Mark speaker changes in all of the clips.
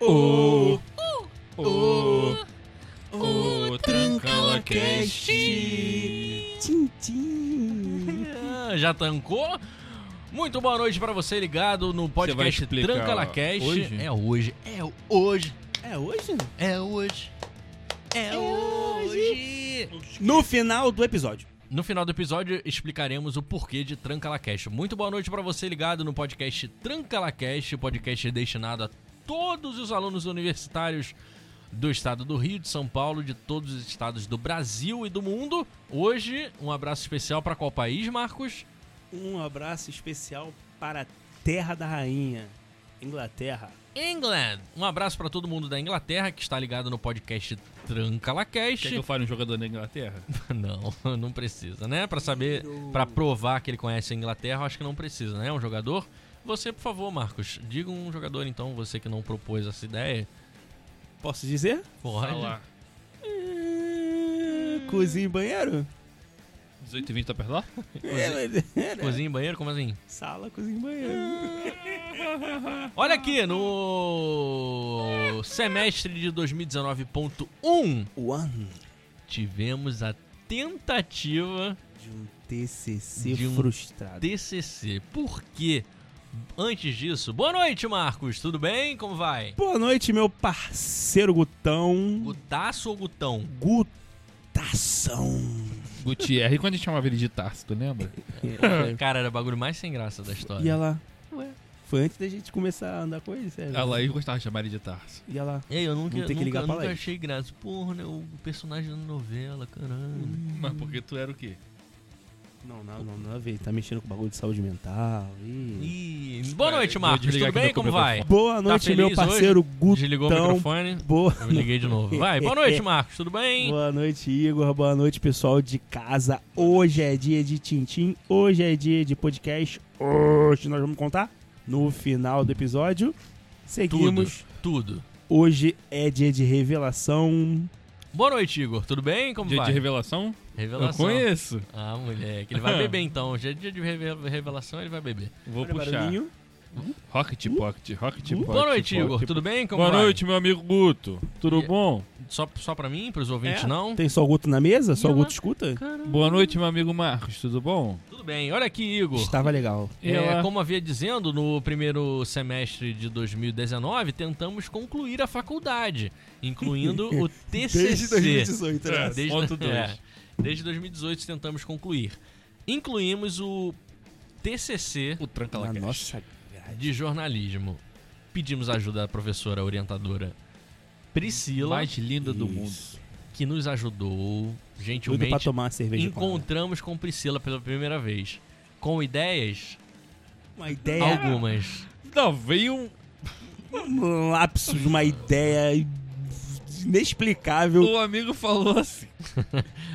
Speaker 1: O,
Speaker 2: o,
Speaker 1: o Trancalacast.
Speaker 3: Tchim, tchim.
Speaker 2: Ah, Já tancou? Muito boa noite pra você ligado no
Speaker 1: vai
Speaker 2: podcast
Speaker 1: explicar
Speaker 2: Trancalacast.
Speaker 1: hoje?
Speaker 2: É hoje, é hoje,
Speaker 3: É hoje?
Speaker 2: é hoje, é hoje.
Speaker 3: No final do episódio.
Speaker 2: No final do episódio explicaremos o porquê de Trancalacast. Muito boa noite pra você ligado no podcast Trancalacast, podcast destinado a todos os alunos universitários do estado do Rio, de São Paulo, de todos os estados do Brasil e do mundo. Hoje, um abraço especial pra qual país, Marcos?
Speaker 3: Um abraço especial para a Terra da Rainha, Inglaterra.
Speaker 2: England. Um abraço pra todo mundo da Inglaterra que está ligado no podcast Trancalacast.
Speaker 1: Quer que eu fale um jogador da Inglaterra?
Speaker 2: Não, não precisa, né? Pra saber, pra provar que ele conhece a Inglaterra, eu acho que não precisa, né? Um jogador. Você, por favor, Marcos, diga um jogador então, você que não propôs essa ideia.
Speaker 3: Posso dizer?
Speaker 2: Pode.
Speaker 1: Tá lá.
Speaker 2: É.
Speaker 3: Ah, Cozinha e banheiro?
Speaker 1: 18 e 20 tá perto lá?
Speaker 3: É, mas-
Speaker 2: Cozinha e banheiro, como assim?
Speaker 3: Sala, cozinha e banheiro.
Speaker 2: Olha aqui, no semestre de 2019.1,
Speaker 3: One
Speaker 2: tivemos a tentativa
Speaker 3: de um TCC
Speaker 2: De um
Speaker 3: frustrado.
Speaker 2: TCC. Por quê? Antes disso, boa noite, Marcos. Tudo bem? Como vai?
Speaker 3: Boa noite, meu parceiro Gutão.
Speaker 2: Gutaço ou Gutão?
Speaker 3: Gutação.
Speaker 1: Gutierre, quando a gente chamava ele de Tarso, tu lembra? É.
Speaker 2: Cara, era o bagulho mais sem graça da história.
Speaker 3: e ela... Ué, foi antes da gente começar a andar com ele, sério.
Speaker 1: Ah lá, eu gostava de chamar ele de Tarso.
Speaker 3: E ela...
Speaker 2: É, eu nunca,
Speaker 3: Vou ter que
Speaker 2: nunca-
Speaker 3: ligar pra
Speaker 2: nunca
Speaker 3: Laís.
Speaker 2: achei graça. Porra, né, o personagem da novela, caralho.
Speaker 1: Mas porque tu era o quê?
Speaker 3: Não, não, não, nada a ver. Tá mexendo com bagulho de saúde mental. Ih.
Speaker 2: Ih, boa
Speaker 1: Vai,
Speaker 2: noite,
Speaker 1: Hum. vou
Speaker 2: Marcos.
Speaker 1: desligar
Speaker 2: Tudo
Speaker 1: aqui
Speaker 2: bem?
Speaker 1: meu
Speaker 2: Como vai?
Speaker 3: Boa noite, meu
Speaker 2: feliz
Speaker 3: parceiro Gutão.
Speaker 2: Desligou o microfone. Tá
Speaker 3: Boa
Speaker 2: Eu liguei de novo. Vai, boa
Speaker 1: É.
Speaker 2: noite, Marcos. Tudo bem?
Speaker 3: Boa noite, Igor. Boa noite, pessoal de casa. Hoje é dia de Tintim. Hoje é dia de podcast. Hoje nós vamos contar no final do episódio.
Speaker 2: Tudo.
Speaker 3: Seguimos.
Speaker 2: Tudo.
Speaker 3: Hoje é dia de revelação.
Speaker 2: Boa noite, Igor. Tudo bem? Como
Speaker 1: Dia
Speaker 2: vai?
Speaker 1: de revelação?
Speaker 2: Revelação.
Speaker 1: Eu conheço.
Speaker 2: Ah, moleque. Ele vai beber então. Hoje é dia de reve- revelação, ele vai beber.
Speaker 1: Vou
Speaker 3: Olha o
Speaker 1: puxar.
Speaker 3: barulhinho.
Speaker 1: Rocket Pocket, Rocket Pocket.
Speaker 2: Uh, boa noite,
Speaker 1: Pocket.
Speaker 2: Igor. Tudo bem? Como
Speaker 1: Boa
Speaker 2: vai?
Speaker 1: noite, meu amigo Guto. Tudo
Speaker 2: E-
Speaker 1: bom?
Speaker 2: Só, só pra mim, pros ouvintes,
Speaker 3: É.
Speaker 2: não?
Speaker 3: Tem só o Guto na mesa? Só
Speaker 2: E
Speaker 3: o Guto
Speaker 2: ela-
Speaker 3: escuta?
Speaker 1: Boa noite, meu amigo Marcos. Tudo bom?
Speaker 2: Tudo bem. Olha aqui, Igor.
Speaker 3: Estava legal.
Speaker 2: É,
Speaker 1: Ela-
Speaker 2: como havia dizendo, no primeiro semestre de 2019, tentamos concluir a faculdade, incluindo o TCC.
Speaker 3: Desde 2018, né?
Speaker 1: É. ponto dois.
Speaker 2: é, desde 2018 tentamos concluir. Incluímos o TCC
Speaker 1: O tranca
Speaker 3: Na
Speaker 1: lá
Speaker 3: nossa grade.
Speaker 2: de jornalismo. Pedimos ajuda da professora orientadora Priscila,
Speaker 1: mais linda do mundo.
Speaker 3: Isso.
Speaker 2: que nos ajudou
Speaker 3: Tudo pra
Speaker 2: gentilmente
Speaker 3: tomar uma cerveja com ela.
Speaker 2: Encontramos com Priscila pela primeira vez. Com ideias,
Speaker 3: Uma ideia,
Speaker 2: algumas.
Speaker 1: Não, veio um,
Speaker 3: um lapso de uma ideia inexplicável.
Speaker 1: O amigo falou assim: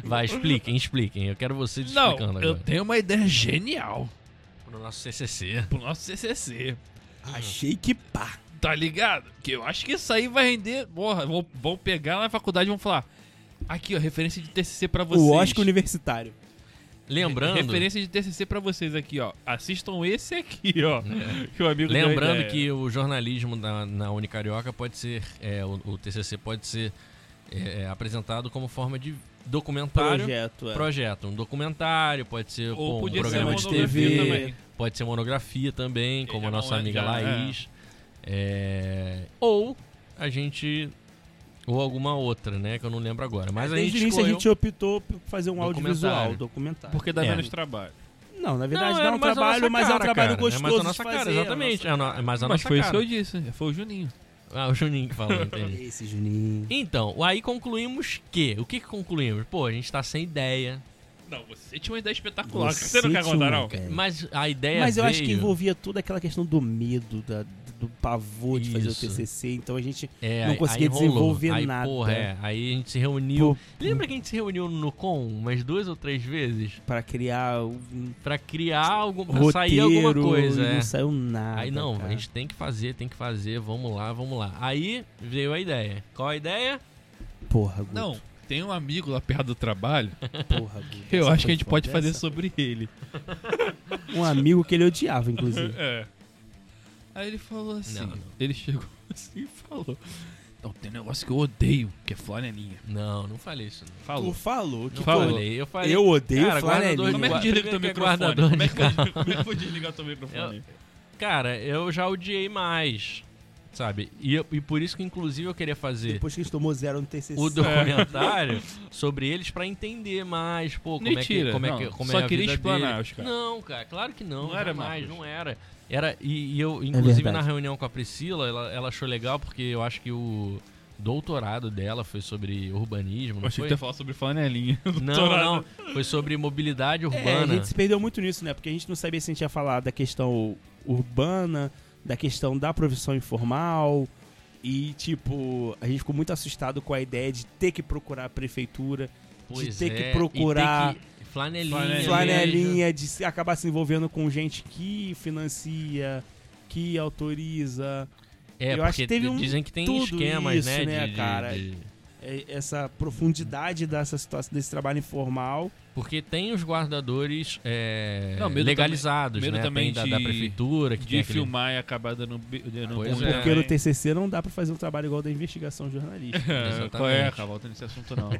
Speaker 2: Vai, expliquem, expliquem. Eu um quero vocês
Speaker 1: Não,
Speaker 2: explicando
Speaker 1: eu
Speaker 2: agora.
Speaker 1: tenho uma ideia genial
Speaker 2: Pro nosso CCC.
Speaker 1: pro nosso CCC.
Speaker 3: Achei que pá.
Speaker 1: Tá ligado? Que eu acho que isso aí vai render. Porra, vão, vão pegar lá na faculdade e vão falar: Aqui, ó, referência de TCC pra vocês.
Speaker 3: O Oscar universitário.
Speaker 2: Lembrando,
Speaker 1: Referência de TCC pra vocês aqui, ó. Assistam esse aqui, ó. É. Que o amigo é. deu
Speaker 2: lembrando
Speaker 1: ideia.
Speaker 2: que o jornalismo na, na Unicarioca pode ser. é, o, o TCC pode ser é, é, apresentado como forma de documentário.
Speaker 3: Projeto. é.
Speaker 2: Projeto, um documentário, pode ser
Speaker 1: Ou
Speaker 2: pô, um
Speaker 1: podia ser
Speaker 2: programa de
Speaker 1: monografia
Speaker 2: TV,
Speaker 1: também.
Speaker 2: pode ser monografia também, como a
Speaker 1: já
Speaker 2: nossa
Speaker 1: não é-
Speaker 2: amiga
Speaker 1: já-
Speaker 2: Laís. É, Ou a gente. Ou alguma outra, né? Que eu não lembro agora. Mas a
Speaker 3: Desde o
Speaker 2: gente
Speaker 3: início
Speaker 2: escolheu...
Speaker 3: a gente optou por fazer um
Speaker 2: Documentário.
Speaker 3: audiovisual, documentário.
Speaker 1: Porque dá
Speaker 2: É.
Speaker 1: menos trabalho.
Speaker 3: Não, na verdade dá
Speaker 2: era
Speaker 3: um
Speaker 2: mais a
Speaker 3: trabalho,
Speaker 2: nossa
Speaker 3: mas é um
Speaker 2: cara,
Speaker 3: trabalho
Speaker 2: cara. É mais
Speaker 3: gostoso
Speaker 2: a nossa
Speaker 3: de fazer.
Speaker 2: cara, exatamente.
Speaker 3: é a
Speaker 2: É no- é mais a
Speaker 1: Mas tá
Speaker 2: nossa
Speaker 1: foi
Speaker 2: cara.
Speaker 1: isso que eu disse. né? Foi o Juninho.
Speaker 2: Ah, o Juninho que falou,
Speaker 3: nossa-
Speaker 2: entendi.
Speaker 3: Esse Juninho.
Speaker 2: Então, aí concluímos que... O que, que concluímos? Pô, a gente tá sem ideia.
Speaker 1: Não, você tinha uma ideia espetacular. que
Speaker 3: Você
Speaker 1: Você não quer
Speaker 3: tinha
Speaker 1: contar,
Speaker 3: uma
Speaker 1: não?
Speaker 3: ideia. É.
Speaker 2: Mas a ideia
Speaker 3: Mas eu acho que
Speaker 2: veio-
Speaker 3: envolvia toda aquela questão do medo, da- do pavor de fazer o
Speaker 2: Isso.
Speaker 3: TCC. Então a gente
Speaker 2: É,
Speaker 3: não
Speaker 2: aí-
Speaker 3: conseguia
Speaker 2: aí rolou.
Speaker 3: desenvolver
Speaker 2: aí,
Speaker 3: nada.
Speaker 2: Porra, é. Aí a gente se reuniu.
Speaker 3: pô,
Speaker 2: Lembra que a gente se reuniu no Con umas duas ou três vezes?
Speaker 3: pra criar um
Speaker 2: Pra criar algum, pra
Speaker 3: roteiro Ah, tá,
Speaker 2: sair alguma coisa.
Speaker 3: e
Speaker 2: é.
Speaker 3: não saiu nada.
Speaker 2: Aí não,
Speaker 3: cara.
Speaker 2: a gente tem que fazer, tem que fazer, vamos lá, vamos lá. Aí veio a ideia. Qual a ideia?
Speaker 3: Porra, Guto.
Speaker 1: Não, tem um amigo lá perto do trabalho.
Speaker 3: Porra, Guto.
Speaker 1: Eu
Speaker 3: Essa
Speaker 1: acho que
Speaker 3: foi
Speaker 1: a gente pode
Speaker 3: foda,
Speaker 1: fazer
Speaker 3: essa?
Speaker 1: sobre ele.
Speaker 3: Um amigo que ele odiava, inclusive.
Speaker 1: É. Aí ele falou assim,
Speaker 2: Não, não.
Speaker 1: ele chegou. assim e falou. Então tem um negócio que eu odeio, que é flanelinha.
Speaker 2: Não, não falei isso. Não.
Speaker 3: Tu
Speaker 1: Falou.
Speaker 3: falou que
Speaker 2: Não
Speaker 1: Falou.
Speaker 2: falei, eu falei.
Speaker 3: Eu odeio
Speaker 2: Cara,
Speaker 3: flanelinha.
Speaker 2: guardador de-
Speaker 1: Como é que
Speaker 2: Gua-
Speaker 1: desliga teu
Speaker 2: primeiro que é
Speaker 1: microfone?
Speaker 2: guardador
Speaker 1: Como é
Speaker 2: de
Speaker 1: que pode- como é que pode desligar teu microfone?
Speaker 2: Cara, eu já odiei mais, sabe? E, eu- e por isso que, inclusive, eu queria fazer
Speaker 3: Depois que a gente tomou zero no TCC.
Speaker 2: o
Speaker 1: é.
Speaker 2: documentário sobre eles pra entender mais, pô, como é que,
Speaker 1: Mentira,
Speaker 2: como é
Speaker 1: não.
Speaker 2: que, como
Speaker 1: Só
Speaker 2: é a
Speaker 1: queria
Speaker 2: vida
Speaker 1: explanar
Speaker 2: dele.
Speaker 1: os caras.
Speaker 2: Não, cara, claro que não,
Speaker 1: Não era,
Speaker 2: mais,
Speaker 1: Marcos.
Speaker 2: não era. Era e, e eu inclusive na
Speaker 3: É verdade.
Speaker 2: reunião com a Priscila, ela, ela achou legal porque eu acho que o doutorado dela foi sobre urbanismo,
Speaker 1: Eu
Speaker 2: não
Speaker 1: achei
Speaker 2: foi?
Speaker 1: que tu ia falar sobre flanelinha.
Speaker 2: Não,
Speaker 1: doutorado.
Speaker 2: não, foi sobre mobilidade
Speaker 3: É, a
Speaker 2: urbana.
Speaker 3: gente se perdeu muito nisso, né? Porque a gente não sabia se a gente ia falar da questão urbana, da questão da profissão informal. E, tipo, a gente ficou muito assustado com a ideia de ter que procurar a prefeitura,
Speaker 2: Pois
Speaker 3: ter que
Speaker 2: é, e
Speaker 3: procurar
Speaker 2: que- flanelinha,
Speaker 1: É
Speaker 2: mesmo.
Speaker 3: flanelinha, de se- acabar se envolvendo com gente que financia, que autoriza. Eu
Speaker 2: É, porque
Speaker 3: acho que teve um-
Speaker 2: dizem que tem
Speaker 3: tudo
Speaker 2: esquemas,
Speaker 3: isso,
Speaker 2: né?
Speaker 3: né,
Speaker 2: de- de-
Speaker 3: cara?
Speaker 2: de-
Speaker 3: é, Essa profundidade dessa situação, desse trabalho informal.
Speaker 2: Porque tem os guardadores é,
Speaker 1: Não, medo
Speaker 2: legalizados,
Speaker 1: também- medo
Speaker 2: né?
Speaker 1: também
Speaker 2: tem
Speaker 1: de-
Speaker 2: da, da prefeitura, que tem
Speaker 1: De
Speaker 2: aquele...
Speaker 1: filmar e acabar dando... bi- dando um
Speaker 2: Pois
Speaker 1: ruim
Speaker 2: é.
Speaker 3: Porque no
Speaker 1: também.
Speaker 3: TCC não dá pra fazer um trabalho igual da investigação jornalística.
Speaker 1: É, Qual é,
Speaker 2: Exatamente.
Speaker 1: cara? Volta nesse assunto não.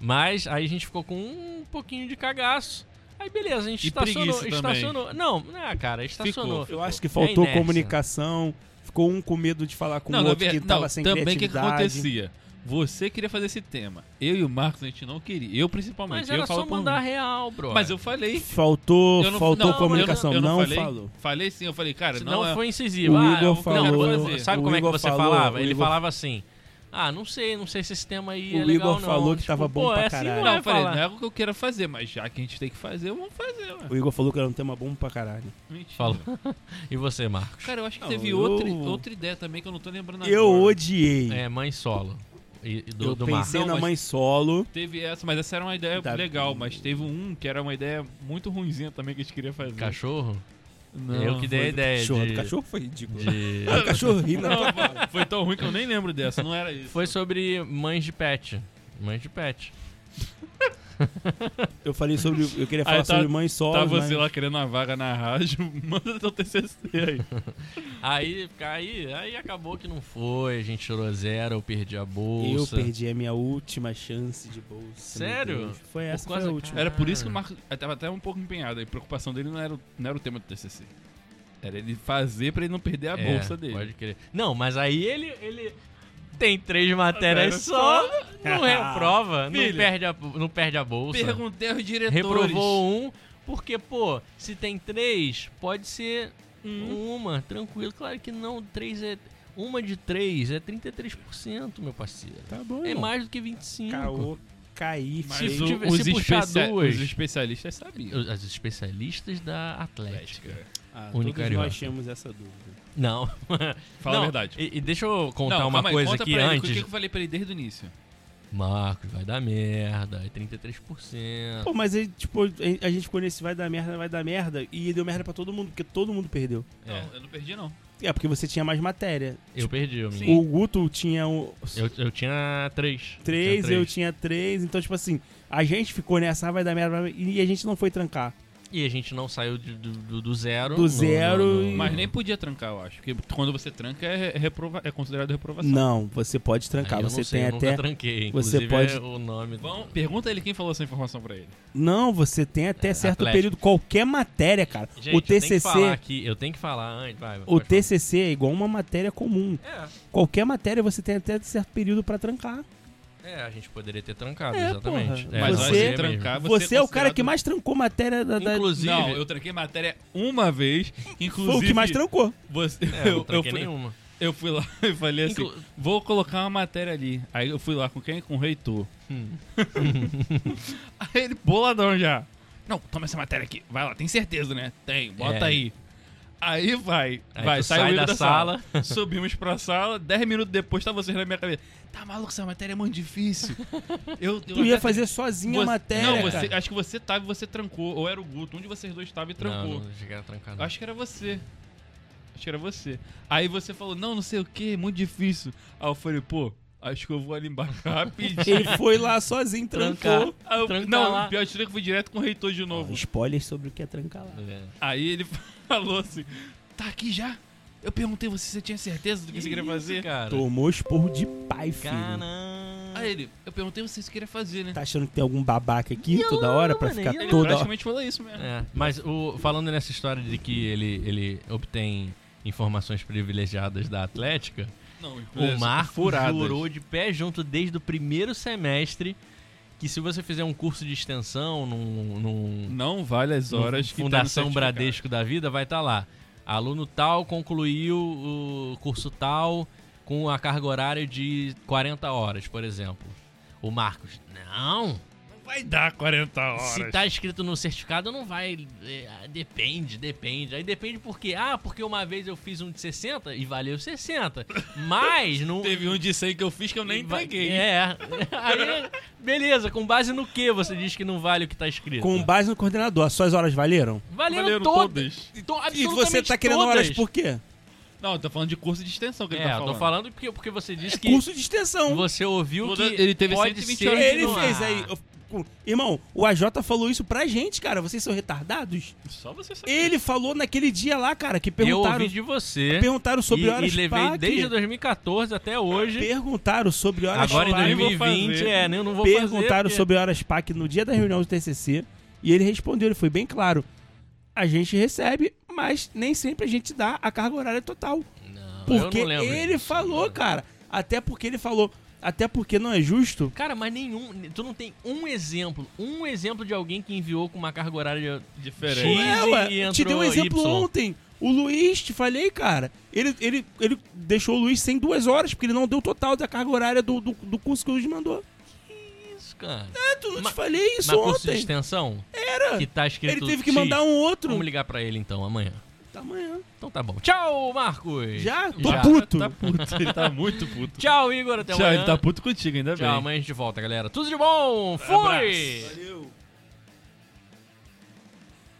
Speaker 2: Mas aí a gente ficou com um pouquinho de cagaço. Aí beleza, a gente
Speaker 1: E
Speaker 2: estacionou.
Speaker 1: preguiça também.
Speaker 2: estacionou. Não, né, cara, estacionou.
Speaker 1: Ficou.
Speaker 3: Eu acho que faltou
Speaker 2: É inércia.
Speaker 3: comunicação, ficou um com medo de falar com o
Speaker 1: na
Speaker 3: outro
Speaker 1: ver-
Speaker 3: que tava
Speaker 1: não,
Speaker 3: sem
Speaker 1: também o que, que
Speaker 3: criatividade.
Speaker 1: acontecia? Você queria fazer esse tema. Eu e o Marcos, a gente não queria. Eu principalmente.
Speaker 2: Mas
Speaker 1: eu
Speaker 2: era
Speaker 1: falo
Speaker 2: só
Speaker 1: por
Speaker 2: mandar
Speaker 1: mim.
Speaker 2: real, bro.
Speaker 1: Mas eu falei.
Speaker 3: Faltou,
Speaker 1: Eu não-
Speaker 3: faltou
Speaker 1: não, eu
Speaker 3: comunicação,
Speaker 1: eu
Speaker 3: não,
Speaker 1: falei,
Speaker 3: falou.
Speaker 1: Falei sim, eu falei, cara, não,
Speaker 2: não,
Speaker 1: é-
Speaker 2: foi incisivo.
Speaker 3: O
Speaker 2: ah,
Speaker 3: Igor
Speaker 2: eu-
Speaker 1: falou-
Speaker 2: Não, eu- sabe
Speaker 3: o
Speaker 2: como é que
Speaker 3: Igor
Speaker 2: você
Speaker 3: falou-
Speaker 2: falava?
Speaker 3: o
Speaker 2: Ele
Speaker 3: Igor-
Speaker 2: falava assim: Ah, não sei, não sei se esse tema aí é
Speaker 3: O
Speaker 2: legal,
Speaker 3: Igor
Speaker 2: não.
Speaker 3: falou que
Speaker 2: Tipo,
Speaker 3: tava bom
Speaker 2: pô,
Speaker 3: pra
Speaker 2: é assim,
Speaker 3: caralho.
Speaker 2: não
Speaker 1: Não,
Speaker 2: é
Speaker 1: eu falei,
Speaker 2: falar.
Speaker 1: não é o que eu quero fazer, mas já que a gente tem que fazer, vamos fazer, ué.
Speaker 3: O Igor falou que era um tema bom pra caralho.
Speaker 1: Mentira.
Speaker 2: Falou. E você, Marcos?
Speaker 1: Cara, eu acho que
Speaker 3: Não,
Speaker 1: teve
Speaker 3: eu-
Speaker 1: outra, outra ideia também que eu não tô lembrando
Speaker 3: Eu
Speaker 1: agora.
Speaker 3: odiei.
Speaker 2: É, mãe solo. E, e do,
Speaker 3: eu
Speaker 2: do Marcos.
Speaker 3: pensei
Speaker 1: Não,
Speaker 3: na
Speaker 1: mas-
Speaker 3: mãe solo.
Speaker 1: Teve essa, mas essa era uma ideia
Speaker 3: Tá.
Speaker 1: legal, mas teve um que era uma ideia muito ruinzinha também que a gente queria fazer.
Speaker 2: Cachorro?
Speaker 1: Não,
Speaker 2: eu que dei a
Speaker 3: Foi do
Speaker 2: ideia
Speaker 3: cachorro,
Speaker 2: de...
Speaker 3: do cachorro foi ridículo.
Speaker 2: de-
Speaker 3: Ah, O cachorro rindo na
Speaker 1: é Não, foi- foi tão ruim que eu nem lembro dessa, não era isso.
Speaker 2: Foi sobre mães de pet. Mães de pet.
Speaker 3: Eu falei sobre. Eu queria
Speaker 1: Aí
Speaker 3: falar
Speaker 1: tá-
Speaker 3: sobre mãe solo.
Speaker 1: Tá você
Speaker 3: mas...
Speaker 1: lá querendo uma vaga na rádio, manda teu TCC aí.
Speaker 2: Aí, aí, aí acabou que não foi, a gente tirou zero, eu perdi a
Speaker 3: Eu
Speaker 2: bolsa.
Speaker 3: perdi a minha última chance de bolsa. meu
Speaker 2: Sério?
Speaker 3: Deus. Foi essa foi
Speaker 2: causa-
Speaker 3: a última.
Speaker 1: Era por isso
Speaker 2: Ah.
Speaker 1: que o Marcos eu tava até um pouco empenhado. A preocupação dele não era, o- não era o tema do TCC. Era ele fazer pra ele não perder a
Speaker 2: É,
Speaker 1: bolsa dele.
Speaker 2: Pode crer. Não, mas aí ele, ele tem três matérias
Speaker 1: Matéria
Speaker 2: só, não reprova, não
Speaker 1: Filho.
Speaker 2: perde, a, não perde a bolsa.
Speaker 1: Perguntei aos diretores.
Speaker 2: Reprovou um, porque, pô, se tem três, pode ser uma, tranquilo. Claro que não, três é... Uma de três é 33%, meu parceiro.
Speaker 3: Tá bom,
Speaker 2: É
Speaker 3: irmão.
Speaker 2: mais do que 25.
Speaker 3: Caô, caí,
Speaker 1: Mas
Speaker 2: Se
Speaker 1: o-
Speaker 2: tiver-
Speaker 1: os,
Speaker 2: se puxar
Speaker 1: especia-
Speaker 2: duas-
Speaker 1: os especialistas sabiam.
Speaker 2: Os- As especialistas da Atlética.
Speaker 1: Atlética.
Speaker 3: Ah,
Speaker 2: Único
Speaker 3: todos
Speaker 2: carioca.
Speaker 3: nós tínhamos essa dúvida.
Speaker 2: Não. Não,
Speaker 1: Fala a verdade.
Speaker 2: E, e deixa eu contar
Speaker 1: não,
Speaker 2: uma
Speaker 1: calma aí,
Speaker 2: coisa
Speaker 1: conta
Speaker 2: aqui
Speaker 1: pra ele,
Speaker 2: antes.
Speaker 1: O que eu falei pra ele desde o início?
Speaker 2: Marcos, vai dar merda. É 33%.
Speaker 3: Pô, mas aí, tipo, a a gente ficou nesse vai dar merda, vai dar merda. E deu merda pra todo mundo, porque todo mundo perdeu.
Speaker 2: É.
Speaker 1: Não, eu não perdi, não.
Speaker 3: É, porque você tinha mais matéria.
Speaker 2: Eu perdi, eu,
Speaker 1: Sim.
Speaker 3: O Guto tinha o...
Speaker 2: eu, eu tinha três.
Speaker 3: três,
Speaker 2: tinha
Speaker 3: eu tinha três. Então, tipo assim, a gente ficou nessa, ah, vai dar merda, vai dar merda, e a gente não foi trancar.
Speaker 2: E a gente não saiu de- do, do- do zero.
Speaker 3: Do zero e-
Speaker 1: Mas nem podia trancar, eu acho. Porque quando você tranca, é, reprova- é considerado reprovação.
Speaker 3: Não, você pode trancar.
Speaker 2: Aí eu
Speaker 3: Você
Speaker 2: não sei,
Speaker 3: tem
Speaker 2: eu nunca
Speaker 3: até...
Speaker 2: tranquei.
Speaker 3: você
Speaker 2: Inclusive,
Speaker 3: pode-
Speaker 2: é o nome do-
Speaker 1: Vão- pergunta ele quem falou essa informação pra ele.
Speaker 3: Não, você tem até
Speaker 2: É,
Speaker 3: certo
Speaker 2: Atlético.
Speaker 3: período. Qualquer matéria, cara.
Speaker 2: Gente,
Speaker 3: o
Speaker 2: Eu tenho que falar
Speaker 3: TCC...
Speaker 2: aqui. Eu tenho que falar antes. Vai,
Speaker 3: O
Speaker 2: pode falar.
Speaker 3: TCC é igual uma matéria comum. Qualquer matéria você tem até certo período pra trancar.
Speaker 2: É, é, a gente poderia ter trancado,
Speaker 3: É,
Speaker 2: exatamente.
Speaker 3: porra.
Speaker 2: É,
Speaker 3: Mas
Speaker 2: não,
Speaker 3: você-
Speaker 2: seria mesmo.
Speaker 1: trancar,
Speaker 3: Você, é o cara que
Speaker 1: considerado-
Speaker 3: mais trancou matéria da... da...
Speaker 2: Inclusive,
Speaker 1: Não, eu tranquei matéria uma vez. Inclusive.
Speaker 3: Foi o que mais trancou.
Speaker 1: Você,
Speaker 2: é, eu não
Speaker 1: eu, eu,
Speaker 2: tranquei
Speaker 1: fui,
Speaker 2: nenhuma.
Speaker 1: eu fui lá e falei assim:
Speaker 2: Inclu-
Speaker 1: vou colocar uma matéria ali. Aí eu fui lá com quem? Com o reitor.
Speaker 2: Hum.
Speaker 1: Aí ele, boladão já. Não, toma essa matéria aqui. Vai lá, tem certeza, né? Tem, bota
Speaker 2: É.
Speaker 1: aí. Aí vai,
Speaker 2: Aí
Speaker 1: vai,
Speaker 2: tu
Speaker 1: sai,
Speaker 2: sai
Speaker 1: o Igor
Speaker 2: da
Speaker 1: da sala. Subimos pra sala, 10 minutos depois tá vocês na minha cabeça. Tá maluco, essa matéria é muito difícil. Eu, eu
Speaker 3: Tu ia
Speaker 1: até-
Speaker 3: fazer sozinho
Speaker 1: você-
Speaker 3: a matéria.
Speaker 1: Não,
Speaker 3: cara.
Speaker 1: você, acho que você tava e você trancou. Ou era o Guto, um de vocês dois tava e trancou.
Speaker 2: Não, não chegaram a trancar, não.
Speaker 1: Eu Acho que era você. Acho que era você. Aí você falou, não, não sei o que, muito difícil. Aí eu falei, pô, acho que eu vou ali embaixo rapidinho.
Speaker 3: Ele foi lá sozinho, trancou.
Speaker 1: Aí eu-
Speaker 2: Tranca
Speaker 1: não,
Speaker 2: lá.
Speaker 1: o pior de tudo é que eu fui direto com o reitor de novo.
Speaker 3: Spoilers sobre o que é trancar lá.
Speaker 2: É.
Speaker 1: Aí ele falou assim, tá aqui já? Eu perguntei você se você tinha certeza do que, você queria fazer.
Speaker 2: cara?
Speaker 3: Tomou esporro de pai, filho.
Speaker 2: Caramba.
Speaker 1: Aí ele, eu perguntei você se queria fazer, né?
Speaker 3: Tá achando que tem algum babaca aqui toda hora pra
Speaker 2: mano,
Speaker 3: ficar
Speaker 2: eu não.
Speaker 1: Ele
Speaker 3: toda hora?
Speaker 1: praticamente falou isso mesmo.
Speaker 2: É, mas o- falando nessa história de que ele, ele obtém informações privilegiadas da Atlética,
Speaker 1: Não,
Speaker 2: o Marco
Speaker 1: furado.
Speaker 2: jurou de pé junto desde o primeiro semestre que se você fizer um curso de extensão num, num-
Speaker 1: Não vale as
Speaker 2: num
Speaker 1: horas que
Speaker 2: Fundação
Speaker 1: tá no certificado.
Speaker 2: Bradesco da vida, vai estar lá. Aluno tal concluiu o curso tal com a carga horária de 40 horas, por exemplo. O Marcos, não,
Speaker 1: Não vai dar 40 horas.
Speaker 2: se tá escrito no certificado, não vai. é, ah, Depende, depende. Aí depende por quê? Ah, porque uma vez eu fiz um de 60 e valeu 60. Mas não.
Speaker 1: Teve um de 100 que eu fiz que eu nem
Speaker 2: va-
Speaker 1: entreguei.
Speaker 2: É. Aí, beleza, com base no que você diz que não vale o que tá escrito?
Speaker 3: Com base no coordenador, as suas horas valeram?
Speaker 2: Valeram,
Speaker 1: Valeram
Speaker 2: todas.
Speaker 1: todas.
Speaker 2: Então,
Speaker 3: E você tá querendo
Speaker 2: todas.
Speaker 3: horas por quê?
Speaker 1: Não, eu tô falando de curso de extensão que ele
Speaker 2: É,
Speaker 1: tá
Speaker 2: eu
Speaker 1: falando.
Speaker 2: tô falando porque, porque você disse que
Speaker 3: Curso de extensão.
Speaker 2: você ouviu que.
Speaker 1: Toda- ele teve
Speaker 2: pode
Speaker 1: 120
Speaker 2: ser
Speaker 1: horas
Speaker 2: que
Speaker 1: de
Speaker 3: Ele
Speaker 2: não-
Speaker 3: fez aí.
Speaker 2: Ah,
Speaker 3: eu- cu- Irmão, o AJ falou isso pra gente, cara. Vocês são retardados?
Speaker 1: Só você sabe.
Speaker 3: Ele falou naquele dia lá, cara, que
Speaker 2: Eu
Speaker 3: perguntaram,
Speaker 2: ouvi de você.
Speaker 3: perguntaram sobre
Speaker 2: e,
Speaker 3: horas
Speaker 2: e levei
Speaker 3: PAC.
Speaker 2: desde 2014 até hoje.
Speaker 3: Perguntaram sobre horas
Speaker 2: Agora em
Speaker 1: falar,
Speaker 3: PAC.
Speaker 1: eu vou
Speaker 2: 2020,
Speaker 1: fazer.
Speaker 2: é, nem eu não vou fazer,
Speaker 3: Perguntaram
Speaker 2: porque-
Speaker 3: sobre horas PAC no dia da reunião do TCC e ele respondeu, ele foi bem claro. A gente recebe, mas nem sempre a gente dá a carga horária total.
Speaker 2: Não,
Speaker 3: Porque
Speaker 2: eu não lembro
Speaker 3: ele
Speaker 2: disso,
Speaker 3: falou,
Speaker 2: mano.
Speaker 3: cara. Até porque ele falou. Até porque não é justo.
Speaker 2: Cara, mas nenhum. Tu não tem um exemplo, um exemplo de alguém que enviou com uma carga horária.
Speaker 1: Diferente.
Speaker 3: Ué,
Speaker 2: X. É, e
Speaker 3: ué,
Speaker 2: entrou
Speaker 3: te dei um exemplo
Speaker 2: Y.
Speaker 3: ontem. O Luiz, te falei, cara. Ele, ele, ele deixou o Luiz sem duas horas, porque ele não deu o total da carga horária do, do, do curso que o Luiz mandou.
Speaker 2: Isso, cara.
Speaker 3: É, tu não
Speaker 2: Ma-
Speaker 3: te falei
Speaker 2: Na
Speaker 3: isso
Speaker 2: curso de
Speaker 3: ontem.
Speaker 2: extensão?
Speaker 3: Era.
Speaker 2: Que tá escrito.
Speaker 3: Ele teve que
Speaker 2: X.
Speaker 3: mandar um outro.
Speaker 2: Vamos ligar pra ele então amanhã.
Speaker 3: Tá amanhã.
Speaker 2: Então tá bom. Tchau, Marcos.
Speaker 3: Já? Tô
Speaker 2: Já.
Speaker 3: puto. tá
Speaker 1: Tá puto, ele tá muito puto.
Speaker 2: Tchau, Igor. Até
Speaker 1: Tchau,
Speaker 2: amanhã.
Speaker 1: ele tá puto contigo, ainda
Speaker 2: Tchau,
Speaker 1: bem.
Speaker 2: amanhã a gente volta, galera. Tudo de bom. Fui.
Speaker 3: Valeu.